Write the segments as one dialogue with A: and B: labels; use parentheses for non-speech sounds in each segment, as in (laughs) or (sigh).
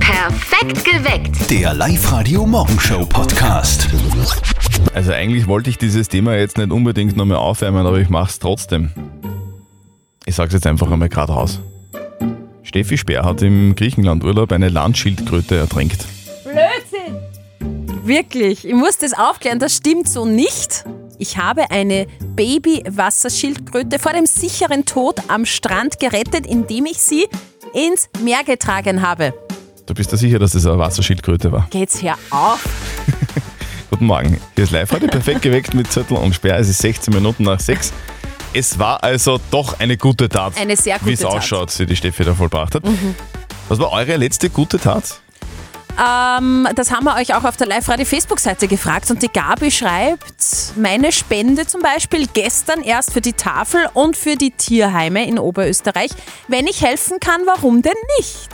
A: Perfekt geweckt.
B: Der Live-Radio-Morgenshow-Podcast.
C: Also eigentlich wollte ich dieses Thema jetzt nicht unbedingt nochmal aufwärmen, aber ich mache es trotzdem. Ich sag's jetzt einfach einmal geradeaus. Steffi Speer hat im Griechenlandurlaub eine Landschildkröte ertränkt.
D: Blödsinn! Wirklich, ich muss das aufklären, das stimmt so nicht. Ich habe eine Baby-Wasserschildkröte vor dem sicheren Tod am Strand gerettet, indem ich sie ins Meer getragen habe.
C: Du bist dir sicher, dass das eine Wasserschildkröte war?
D: Geht's hier auf?
C: Guten Morgen, hier ist live heute perfekt geweckt mit Zettel und Sperr. Es ist 16 Minuten nach 6. Es war also doch eine gute Tat.
D: Eine sehr gute
C: Wie es
D: Tat. Mhm.
C: ausschaut, die die Steffi da vollbracht hat. Was war eure letzte gute Tat?
D: Ähm, das haben wir euch auch auf der Live-Radio-Facebook-Seite gefragt und die Gabi schreibt, meine Spende zum Beispiel gestern erst für die Tafel und für die Tierheime in Oberösterreich. Wenn ich helfen kann, warum denn nicht?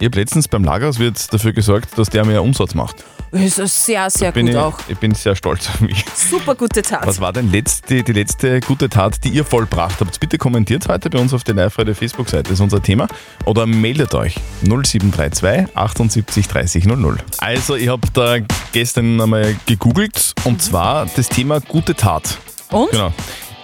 C: Ich habe letztens beim Lagerhaus wird dafür gesorgt, dass der mehr Umsatz macht.
D: Das ist sehr, sehr
C: Bin
D: gut
C: ich,
D: auch.
C: ich bin sehr stolz auf mich.
D: Super gute Tat.
C: Was war denn letzte, die letzte gute Tat, die ihr vollbracht habt? Bitte kommentiert heute bei uns auf der live radio Facebook-Seite, ist unser Thema. Oder meldet euch 0732 78 30 00. Also, ich habe da gestern einmal gegoogelt und zwar das Thema gute Tat.
D: Mhm. Und?
C: Genau.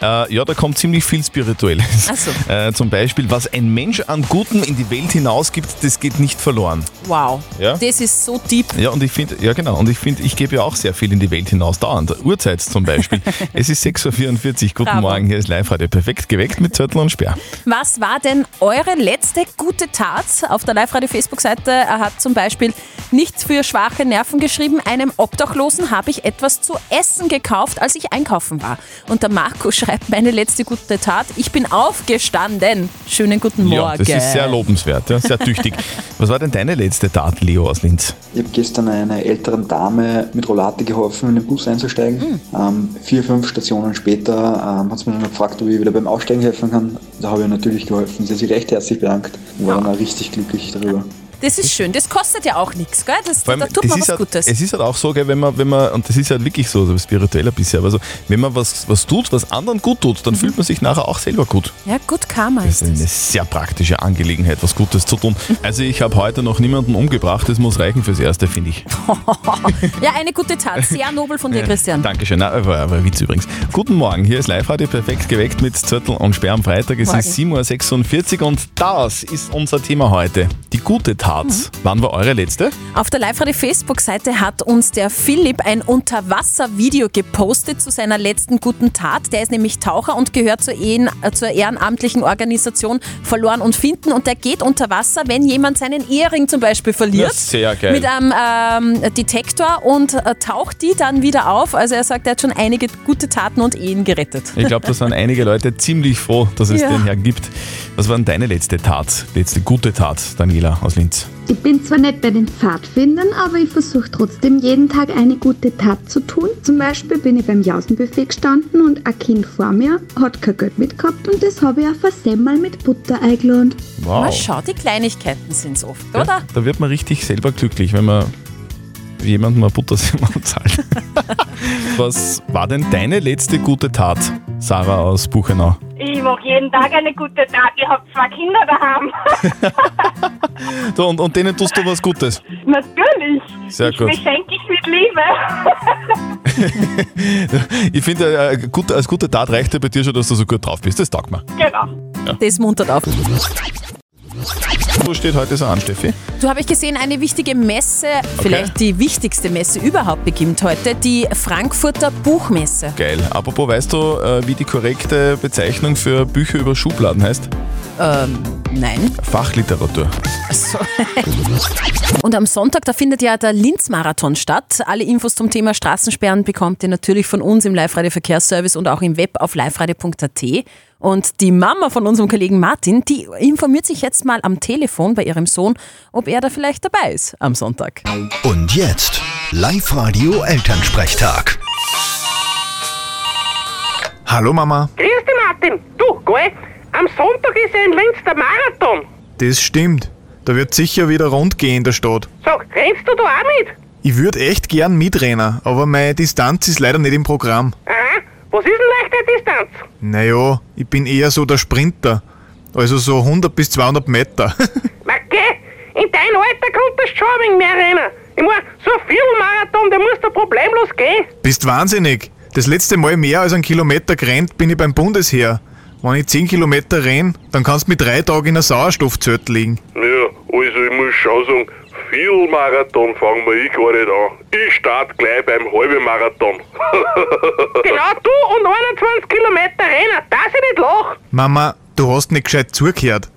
C: Äh, ja, da kommt ziemlich viel Spirituelles.
D: Ach so.
C: Äh, zum Beispiel, was ein Mensch an Guten in die Welt hinausgibt, das geht nicht verloren.
D: Wow.
C: Ja?
D: Das ist so deep.
C: Ja, und ich finde, ja genau, und ich finde, ich gebe ja auch sehr viel in die Welt hinaus, dauernd. Uhrzeit zum
D: (laughs)
C: Beispiel. es ist 6.44 Uhr, guten
D: Bravo.
C: Morgen, hier ist Live-Radio perfekt geweckt mit Zörtel und Sperr.
D: Was war denn eure letzte gute Tat? Auf der Live-Radio-Facebook-Seite äh, hat zum Beispiel nicht für schwache Nerven geschrieben, einem Obdachlosen habe ich etwas zu essen gekauft, als ich einkaufen war. Und der Marco (laughs) schreibt, meine letzte gute Tat, ich bin aufgestanden. Schönen guten Morgen.
C: Ja, das ist sehr lobenswert, ja, sehr
D: (laughs)
C: tüchtig. Was war denn deine letzte Tat, Leo aus Linz?
E: Ich habe gestern einer älteren Dame mit Rollate geholfen, in den Bus einzusteigen. Ähm, vier, fünf Stationen später ähm, hat sie mich dann gefragt, ob ich wieder beim Aussteigen helfen kann. Da habe ich natürlich geholfen. Sie hat sich recht herzlich bedankt und war dann auch richtig glücklich darüber.
D: Das ist schön, das kostet ja auch nichts, gell? Das, da tut
C: das
D: man
C: ist
D: was
C: halt,
D: Gutes.
C: Es ist halt auch so, gell, wenn man, wenn man, und das ist halt wirklich so, so spirituell ein bisschen, aber so, wenn man was, was tut, was anderen gut tut, dann fühlt man sich nachher auch selber gut.
D: Ja, gut Karma
C: Das
D: ist
C: ist eine
D: das.
C: sehr praktische Angelegenheit, was Gutes zu tun. Also ich habe heute noch niemanden umgebracht, das muss reichen fürs Erste, finde ich.
D: (laughs) Ja, eine gute Tat. Sehr nobel von dir, Christian.
C: Dankeschön. Nein, war, war ein Witz übrigens. Guten Morgen, hier ist Live-Radio perfekt geweckt mit Zörtel und Sperr am Freitag. Es
D: Morgen.
C: ist 7.46 Uhr und das ist unser Thema heute. Die gute Tat.
D: Mhm.
C: Wann war eure letzte?
D: Auf der Live-Radio-Facebook-Seite hat uns der Philipp ein Unterwasser-Video gepostet zu seiner letzten guten Tat. Der ist nämlich Taucher und gehört zur, Ehen, äh, zur ehrenamtlichen Organisation Verloren und Finden. Und der geht unter Wasser, wenn jemand seinen Ehering zum Beispiel verliert.
C: Na, sehr geil.
D: Mit einem ähm, Detektor und äh, taucht die dann wieder auf. Also er sagt, er hat schon einige gute Taten und Ehen gerettet.
C: Ich glaube, da sind einige Leute ziemlich froh, dass es
D: Ja.
C: den Herrn gibt. Was war denn deine letzte Tat? Letzte gute Tat, Daniela aus Linz.
F: Ich bin zwar nicht bei den Pfadfindern, aber ich versuche trotzdem jeden Tag eine gute Tat zu tun. Zum Beispiel bin ich beim Jausenbuffet gestanden und ein Kind vor mir hat kein Geld mitgehabt und das habe ich auf ein Semmel mit Butter eingeladen.
C: Wow.
D: Mal schau, die Kleinigkeiten sind's oft,
C: Ja,
D: oder?
C: Da wird man richtig selber glücklich, wenn man jemandem mal Buttersemmer (laughs) zahlt. Was war denn deine letzte gute Tat, Sarah aus Buchenau?
G: Ich mache jeden Tag eine gute Tat. Ich habe zwei Kinder daheim. (laughs)
C: So, und, und denen tust du was Gutes.
G: Natürlich.
C: Sehr
G: ich
C: gut.
G: beschenke ich mit Liebe. (laughs)
C: Ich finde, äh, gut, als gute Tat reicht ja bei dir schon, dass du so gut drauf bist. Das taugt mir.
G: genau.
D: Das muntert auf.
C: Wo steht heute so an, Steffi?
D: Du habe ich gesehen, eine wichtige Messe, vielleicht die wichtigste Messe überhaupt beginnt heute, die Frankfurter Buchmesse.
C: Geil. Apropos, weißt du, äh, wie die korrekte Bezeichnung für Bücher über Schubladen heißt?
D: Ähm, Nein.
C: Fachliteratur.
D: (laughs) Und am Sonntag, da findet ja der Linz-Marathon statt. Alle Infos zum Thema Straßensperren bekommt ihr natürlich von uns im Live-Radio-Verkehrsservice und auch im Web auf liveradio.at. Und die Mama von unserem Kollegen Martin, die informiert sich jetzt mal am Telefon bei ihrem Sohn, ob er da vielleicht dabei ist am Sonntag.
B: Und jetzt Live-Radio Elternsprechtag.
H: Hallo Mama.
I: Grüß dich, Martin. Du, gell? Am Sonntag ist ja in Linz der Marathon.
H: Das stimmt. Da wird sicher wieder rund gehen in der Stadt.
I: So, rennst du da auch mit?
H: Ich würde echt gern mitrennen, aber meine Distanz ist leider nicht im Programm.
I: Aha. Was ist denn euch die Distanz?
H: Naja, ich bin eher so der Sprinter. Also so 100 bis 200 Meter. (laughs)
I: Na, geh. In dein Alter konntest du schon ein wenig mehr rennen. Ich mein, so ein Viertelmarathon, der musst du problemlos gehen.
H: Bist wahnsinnig. Das letzte Mal mehr als einen Kilometer gerannt bin ich beim Bundesheer. Wenn ich 10 Kilometer renn, dann kannst du mit drei Tagen in einer Sauerstoffzelt liegen.
A: Ja, also ich muss schon sagen, viel Marathon fangen wir ich gar nicht an. Ich starte gleich beim halben Marathon. (laughs)
I: Genau du und 21 Kilometer rennen, das ich nicht lach.
H: Mama, du hast nicht gescheit zugehört.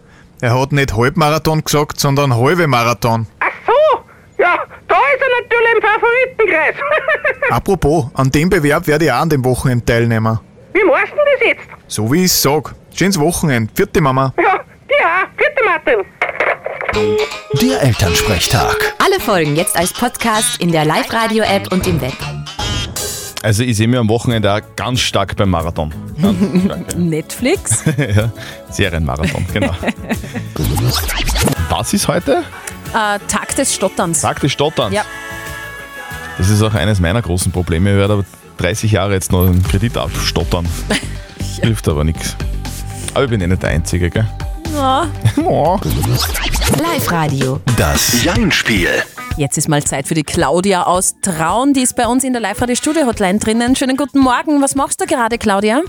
H: Er hat nicht Halbmarathon gesagt, sondern halbe Marathon.
I: Ach so, ja, da ist er natürlich im Favoritenkreis. (laughs)
H: Apropos, an dem Bewerb werde ich auch an dem Wochenende teilnehmen.
I: Wie machst du denn das jetzt?
H: So wie ich sag. Schönes Wochenende. Vierte Mama.
I: Ja, ja, vierte Martin.
B: Der Elternsprechtag.
J: Alle Folgen jetzt als Podcast in der Live-Radio-App und im Web.
C: Also ich sehe mir am Wochenende auch ganz stark beim Marathon.
D: (laughs)
C: Ganz stark,
D: Netflix? äh,
C: ja. (laughs) ja. Serienmarathon, genau. Was ist heute?
D: äh, Tag des Stotterns.
C: Tag des Stotterns.
D: Ja.
C: Das ist auch eines meiner großen Probleme. Ich werde aber 30 Jahre jetzt noch einen Kredit
D: (laughs)
C: abstottern. Hilft aber nichts. Aber ich bin eh nicht der Einzige, gell?
D: Ja.
C: (laughs) Ja.
J: Live-Radio.
B: Das Jein-Spiel.
D: Jetzt ist mal Zeit für die Claudia aus Traun, die ist bei uns in der Live-Radio-Studio-Hotline drinnen. Schönen guten Morgen. Was machst du gerade, Claudia?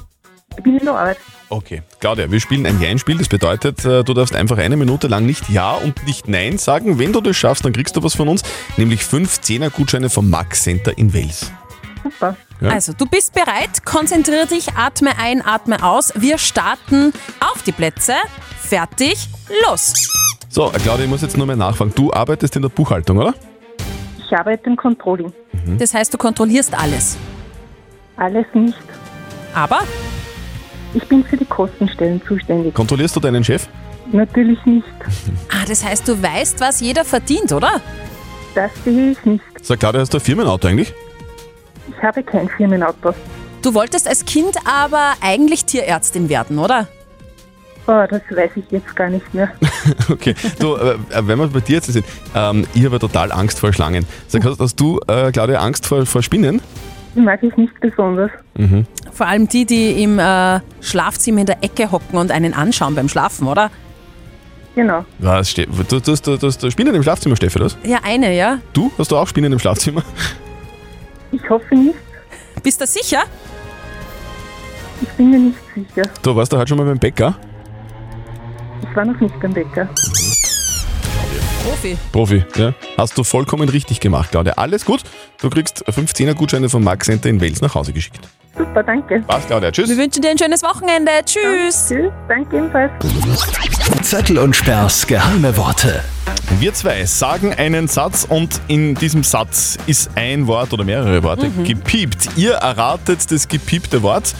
G: Ich bin in der Arbeit.
C: Okay, Claudia, wir spielen ein Jein-Spiel. Das bedeutet, äh, du darfst einfach eine Minute lang nicht Ja und nicht Nein sagen. Wenn du das schaffst, dann kriegst du was von uns, nämlich fünf 10er-Gutscheine vom Max Center in Wales.
G: Super.
C: Ja.
D: Also, du bist bereit, konzentrier dich, atme ein, atme aus. Wir starten auf die Plätze. Fertig, los.
C: So, äh, Claudia, ich muss jetzt nur mehr nachfragen. Du arbeitest in der Buchhaltung, oder?
G: Ich arbeite im Controlling.
C: Hm.
D: Das heißt, du kontrollierst alles.
G: Alles nicht.
D: Aber
G: Ich bin für die Kostenstellen zuständig.
C: Kontrollierst du deinen Chef?
G: Natürlich nicht.
D: Ah, das heißt, du weißt, was jeder verdient, oder?
G: Das sehe ich nicht.
C: Sag, Claudia, hast du ein Firmenauto eigentlich? (laughs)
G: Ich habe kein Firmenauto.
D: Du wolltest als Kind aber eigentlich Tierärztin werden, oder?
G: Oh, das weiß ich jetzt gar nicht mehr.
C: Okay, du, äh, äh, wenn wir bei dir jetzt sind, ähm, ich habe ja total Angst vor Schlangen. Sag, hast, hast du, äh, Claudia, Angst vor, vor Spinnen?
G: Die mag ich nicht besonders.
D: Vor allem die, die im äh, Schlafzimmer in der Ecke hocken und einen anschauen beim Schlafen, oder?
G: Genau.
C: Was, Ste- du, du, hast- du, du hast Spinnen im Schlafzimmer, Steffi, oder? was?
D: Ja, eine, ja.
C: Du, hast du auch Spinnen im Schlafzimmer?
G: Ich hoffe nicht.
D: Bist du sicher?
G: Ich bin mir nicht sicher.
C: Du warst doch heute schon mal beim Bäcker.
G: Ich war noch nicht beim Bäcker.
D: Profi.
C: Profi, ja. Hast du vollkommen richtig gemacht, Claudia. Alles gut. Du kriegst 15er Gutscheine vom Max Center in Wales nach Hause geschickt.
G: Super, danke.
C: Passt, Claudia.
D: Wir
C: Tschüss.
D: wünschen dir ein schönes Wochenende. Tschüss.
G: Tschüss. Danke ebenfalls.
B: Zettel und Sperrs geheime Worte.
C: Wir zwei sagen einen Satz und in diesem Satz ist ein Wort oder mehrere Worte gepiept. Ihr erratet das gepiepte Wort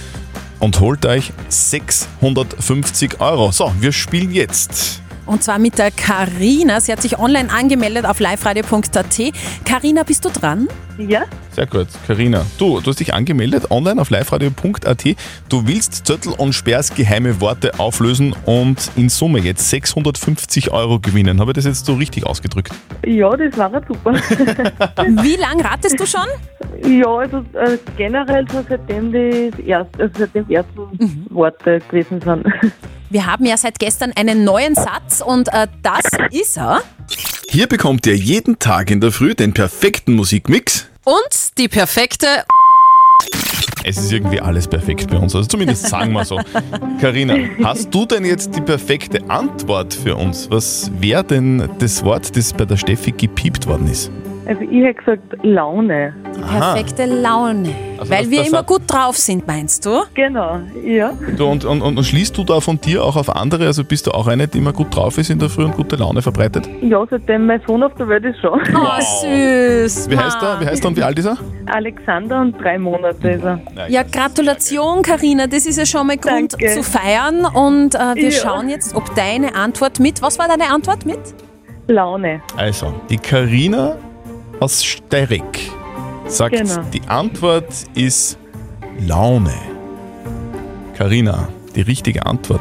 C: und holt euch 650 Euro. So, wir spielen jetzt.
D: Und zwar mit der Karina. Sie hat sich online angemeldet auf liveradio.at. Karina, bist du dran?
G: Ja?
C: Sehr gut, Karina. Du, du hast dich angemeldet online auf liveradio.at. Du willst Zöttel und Sperrs geheime Worte auflösen und in Summe jetzt 650 Euro gewinnen. Habe ich das jetzt so richtig ausgedrückt?
G: Ja, das war ja super. (laughs)
D: Wie lang ratest du schon?
G: ja, also äh, generell schon seitdem die erst, also seitdem die ersten Worte gewesen sind.
D: Wir haben ja seit gestern einen neuen Satz und äh, das ist er.
C: Hier bekommt ihr jeden Tag in der Früh den perfekten Musikmix.
D: Und die perfekte.
C: Es ist irgendwie alles perfekt bei uns, also zumindest sagen wir so. Karina, hast du denn jetzt die perfekte Antwort für uns? Was wäre denn das Wort, das bei der Steffi gepiept worden ist?
G: Also ich hätte gesagt Laune.
D: Die perfekte Laune.
C: Also
D: Weil
C: das-
D: wir
C: das
D: immer
C: hat-
D: gut drauf sind, meinst du?
G: Genau, ja.
C: Du, Und, und, und schließt du da von dir auch auf andere? Also bist du auch eine, die immer gut drauf ist in der Früh und gute Laune verbreitet?
G: Ja, seitdem mein Sohn auf der Welt ist schon.
D: Oh, süß.
C: Wie heißt er? Wie heißt er und wie alt ist er?
G: Alexander und drei Monate ist er.
D: Ja, Gratulation, Karina. Das ist ja schon mal Grund
G: Danke.
D: zu feiern. Und äh, wir
G: Ja.
D: schauen jetzt, ob deine Antwort mit. Was war deine Antwort mit?
G: Laune.
C: Also, die Karina aus Steyrek sagt,
G: Genau.
C: die Antwort ist Laune. Karina, die richtige Antwort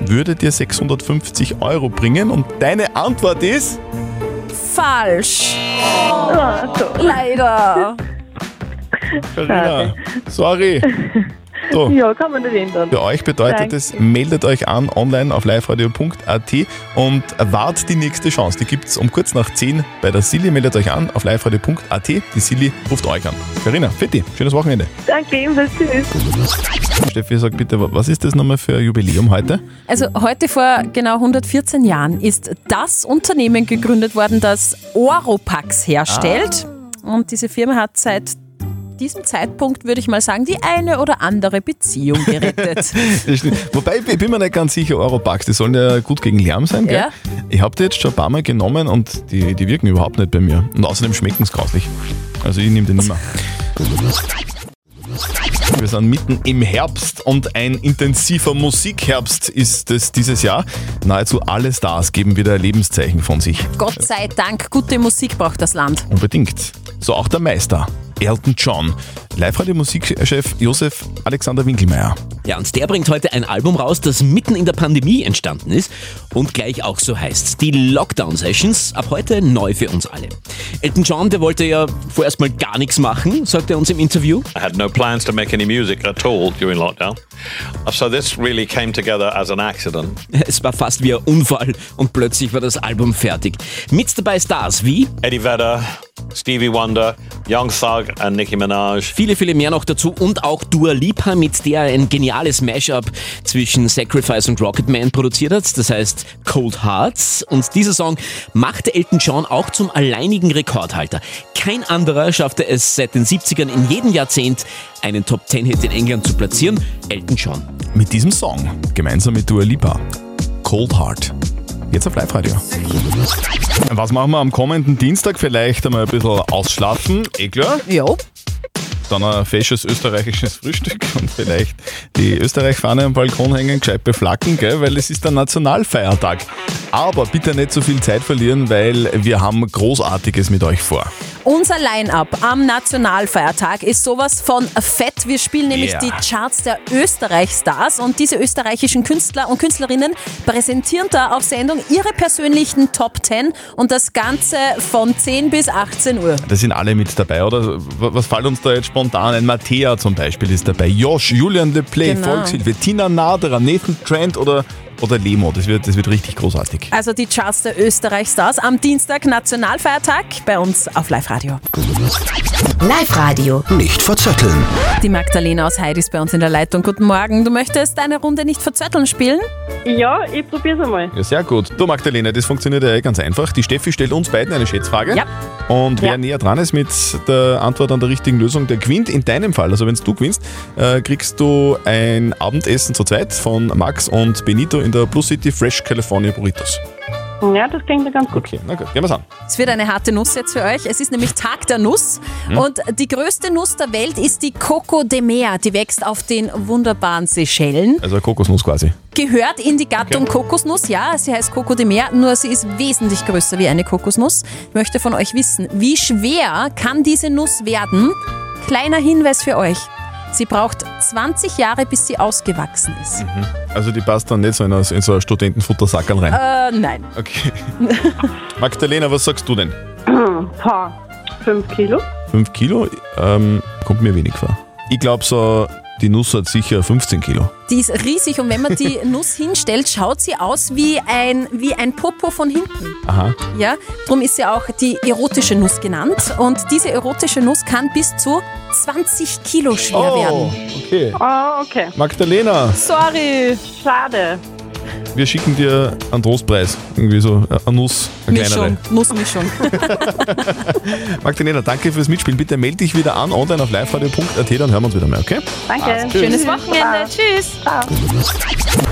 C: würde dir 650 Euro bringen und deine Antwort ist
D: Falsch.
G: Ah, so.
D: Leider.
C: Karina. Sorry. So.
G: Ja, kann man nicht ändern.
C: Für euch bedeutet
G: Danke.
C: es, meldet euch an online auf liveradio.at und wart die nächste Chance. Die gibt es um kurz nach 10 bei der Silly. Meldet euch an auf liveradio.at. Die Silly ruft euch an. Karina, Fetti, schönes Wochenende.
G: Danke ebenfalls. Tschüss.
C: Steffi, sag bitte, wa- was ist das nochmal für ein Jubiläum heute?
D: Also heute vor genau 114 Jahren ist das Unternehmen gegründet worden, das Oropax herstellt. Und diese Firma hat seit diesem Zeitpunkt, würde ich mal sagen, die eine oder andere Beziehung gerettet.
C: (laughs) Das stimmt. Wobei, ich bin mir nicht ganz sicher, Europax, die sollen ja gut gegen Lärm sein, gell?
D: Ja.
C: Ich habe die jetzt schon ein paar Mal genommen und die, die wirken überhaupt nicht bei mir. Und außerdem schmecken sie grauslich. Also ich nehme den immer. Wir sind mitten im Herbst und ein intensiver Musikherbst ist es dieses Jahr. Nahezu alle Stars geben wieder ein Lebenszeichen von sich.
D: Gott sei Dank, gute Musik braucht das Land.
C: Unbedingt. So auch der Meister, Elton John. Live-Radio-Musikchef Josef Alexander Winkelmeier.
K: Ja, und der bringt heute ein Album raus, das mitten in der Pandemie entstanden ist und gleich auch so heißt. Die Lockdown Sessions, ab heute neu für uns alle. Elton John, der wollte ja vorerst mal gar nichts machen, sagt er uns im Interview.
L: I had no plans to make any music at all during lockdown. So this really came together as an accident.
K: Es war fast wie ein Unfall und plötzlich war das Album fertig. Mit dabei Stars wie
L: Eddie Vedder, Stevie Wonder, Young Thug and Nicki Minaj.
K: Viele, viele mehr noch dazu und auch Dua Lipa, mit der er ein geniales Mashup zwischen Sacrifice und Rocketman produziert hat, das heißt Cold Hearts. Und dieser Song machte Elton John auch zum alleinigen Rekordhalter. Kein anderer schaffte es seit den 70ern in jedem Jahrzehnt, einen Top-10-Hit in England zu platzieren. Elton John.
C: Mit diesem Song, gemeinsam mit Dua Lipa, Cold Heart. Jetzt auf Live-Radio. Was machen wir am kommenden Dienstag? Vielleicht einmal ein bisschen ausschlafen, eh klar.
D: Ja.
C: Dann ein fesches österreichisches Frühstück (laughs) und vielleicht die Österreich-Fahne am Balkon hängen, gescheit beflacken, gell? weil es ist der Nationalfeiertag. Aber bitte nicht so viel Zeit verlieren, weil wir haben Großartiges mit euch vor.
D: Unser Line-Up am Nationalfeiertag ist sowas von fett. Wir spielen nämlich
C: Yeah.
D: die Charts der Österreich-Stars und diese österreichischen Künstler und Künstlerinnen präsentieren da auf Sendung ihre persönlichen Top 10 und das Ganze von 10 bis 18 Uhr.
C: Da sind alle mit dabei, oder? W- Was fällt uns da jetzt spontan ein? Mattea zum Beispiel ist dabei, Josh, Julian Le Play,
D: Genau.
C: Volkshilfe, Tina Naderer, Nathan Trent oder, oder Lemo. Das wird, das wird richtig großartig.
D: Also die Charts der Österreich-Stars am Dienstag Nationalfeiertag bei uns auf Live-Radio.
J: Live-Radio.
B: Nicht verzetteln.
D: Die Magdalena aus Heidi ist bei uns in der Leitung. Guten Morgen. Du möchtest deine Runde nicht verzötteln spielen?
G: Ja, ich probiere es einmal.
C: Ja, sehr gut. Du Magdalena, das funktioniert ja eh ganz einfach. Die Steffi stellt uns beiden eine Schätzfrage.
D: Ja.
C: Und wer
G: Ja.
C: näher dran ist mit der Antwort an der richtigen Lösung, der gewinnt. In deinem Fall, also wenn du gewinnst, äh, kriegst du ein Abendessen zu zweit von Max und Benito in der Blue City Fresh California Burritos.
G: Ja, das klingt ja ganz gut.
C: Okay, na gut, gehen wir's an.
D: Es wird eine harte Nuss jetzt für euch. Es ist nämlich Tag der Nuss. Und die größte Nuss der Welt ist die Coco de Mer. Die wächst auf den wunderbaren Seychellen.
C: Also eine Kokosnuss quasi.
D: Gehört in die Gattung Kokosnuss. Ja, sie heißt Coco de Mer, nur sie ist wesentlich größer wie eine Kokosnuss. Ich möchte von euch wissen, wie schwer kann diese Nuss werden? Kleiner Hinweis für euch. Sie braucht 20 Jahre, bis sie ausgewachsen ist.
C: Also die passt dann nicht so in, ein- in so einen Studentenfuttersackerl rein.
D: Äh, nein.
C: Okay. Magdalena, was sagst du denn?
G: Pa, 5 Kilo.
C: 5 Kilo? Ähm, kommt mir wenig vor. Ich glaube so, die Nuss hat sicher 15 Kilo.
D: Die ist riesig und wenn man die Nuss hinstellt, schaut sie aus wie ein, wie ein Popo von hinten.
C: Aha.
D: Ja, darum ist sie auch die erotische Nuss genannt. Und diese erotische Nuss kann bis zu 20 Kilo schwer
C: Oh.
D: werden.
C: okay.
G: Ah, okay.
C: Magdalena,
D: Sorry.
G: Schade.
C: wir schicken dir einen Trostpreis. Irgendwie so äh, eine Nuss, eine kleinere.
D: Mischung, Nussmischung.
C: Magdalena, danke fürs Mitspielen. Bitte melde dich wieder an online auf liveradio.at, dann hören wir uns wieder mal, okay?
G: Danke.
D: Schönes Wochenende. Tschüss.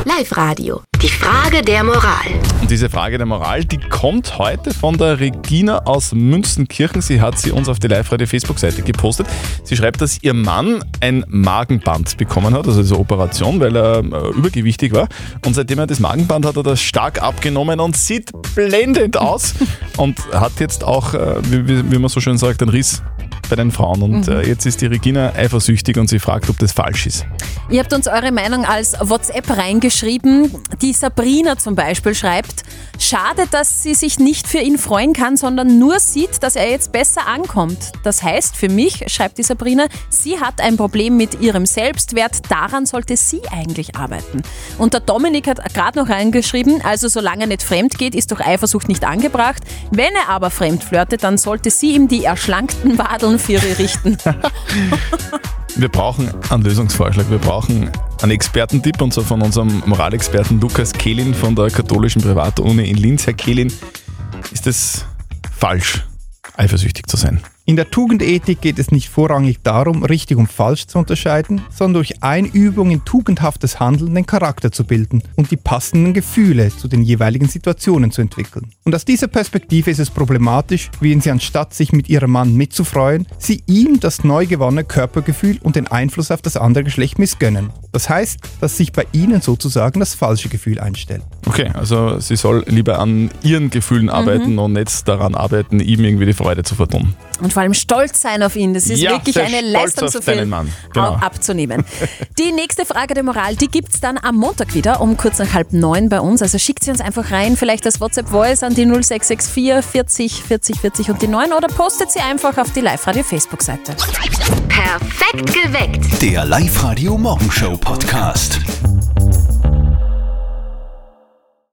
J: Live-Radio. Die Frage der Moral.
C: Und diese Frage der Moral, die kommt heute von der Regina aus Münzenkirchen. Sie hat sie uns auf die Live-Radio-Facebook-Seite gepostet. Sie schreibt, dass ihr Mann ein Magenband bekommen hat, also diese Operation, weil er äh, übergewichtig war. Und seitdem er das Magenband hat, hat er das stark abgenommen und sieht blendend aus. und hat jetzt auch, äh, wie, wie, wie man so schön sagt, einen Riss bei den Frauen. Und
D: Mhm.
C: äh, jetzt ist die Regina eifersüchtig und sie fragt, ob das falsch ist.
D: Ihr habt uns eure Meinung als WhatsApp reingeschrieben. Die Sabrina zum Beispiel schreibt, schade, dass sie sich nicht für ihn freuen kann, sondern nur sieht, dass er jetzt besser ankommt. Das heißt für mich, schreibt die Sabrina, sie hat ein Problem mit ihrem Selbstwert, daran sollte sie eigentlich arbeiten. Und der Dominik hat gerade noch reingeschrieben, also solange er nicht fremd geht, ist doch Eifersucht nicht angebracht. Wenn er aber fremd flirtet, dann sollte sie ihm die erschlankten Wadeln für ihr richten.
C: Wir brauchen einen Lösungsvorschlag, wir brauchen einen Expertentipp und zwar von unserem Moralexperten Lukas Kehlin von der katholischen Privatuni in Linz. Herr Kehlin, ist es falsch, eifersüchtig zu sein?
M: In der Tugendethik geht es nicht vorrangig darum, richtig und falsch zu unterscheiden, sondern durch Einübung in tugendhaftes Handeln den Charakter zu bilden und die passenden Gefühle zu den jeweiligen Situationen zu entwickeln. Und aus dieser Perspektive ist es problematisch, wie sie anstatt sich mit ihrem Mann mitzufreuen, sie ihm das neu gewonnene Körpergefühl und den Einfluss auf das andere Geschlecht missgönnen. Das heißt, dass sich bei ihnen sozusagen das falsche Gefühl einstellt.
C: Okay, also sie soll lieber an ihren Gefühlen arbeiten und nicht daran arbeiten, ihm irgendwie die Freude zu vertun.
D: Und vor allem stolz sein auf ihn. Das ist
C: Ja,
D: wirklich
C: sei
D: eine
C: stolz
D: Leistung,
C: auf
D: so viel
C: deinen Mann. Genau.
D: au-
C: (laughs)
D: abzunehmen. Die nächste Frage der Moral, die gibt's dann am Montag wieder um kurz nach halb neun bei uns. Also schickt sie uns einfach rein, vielleicht das WhatsApp-Voice an die 0664 40 40 40 und die 9 oder postet sie einfach auf die Live-Radio-Facebook-Seite.
J: Perfekt geweckt.
B: Der Live-Radio Morgenshow Podcast.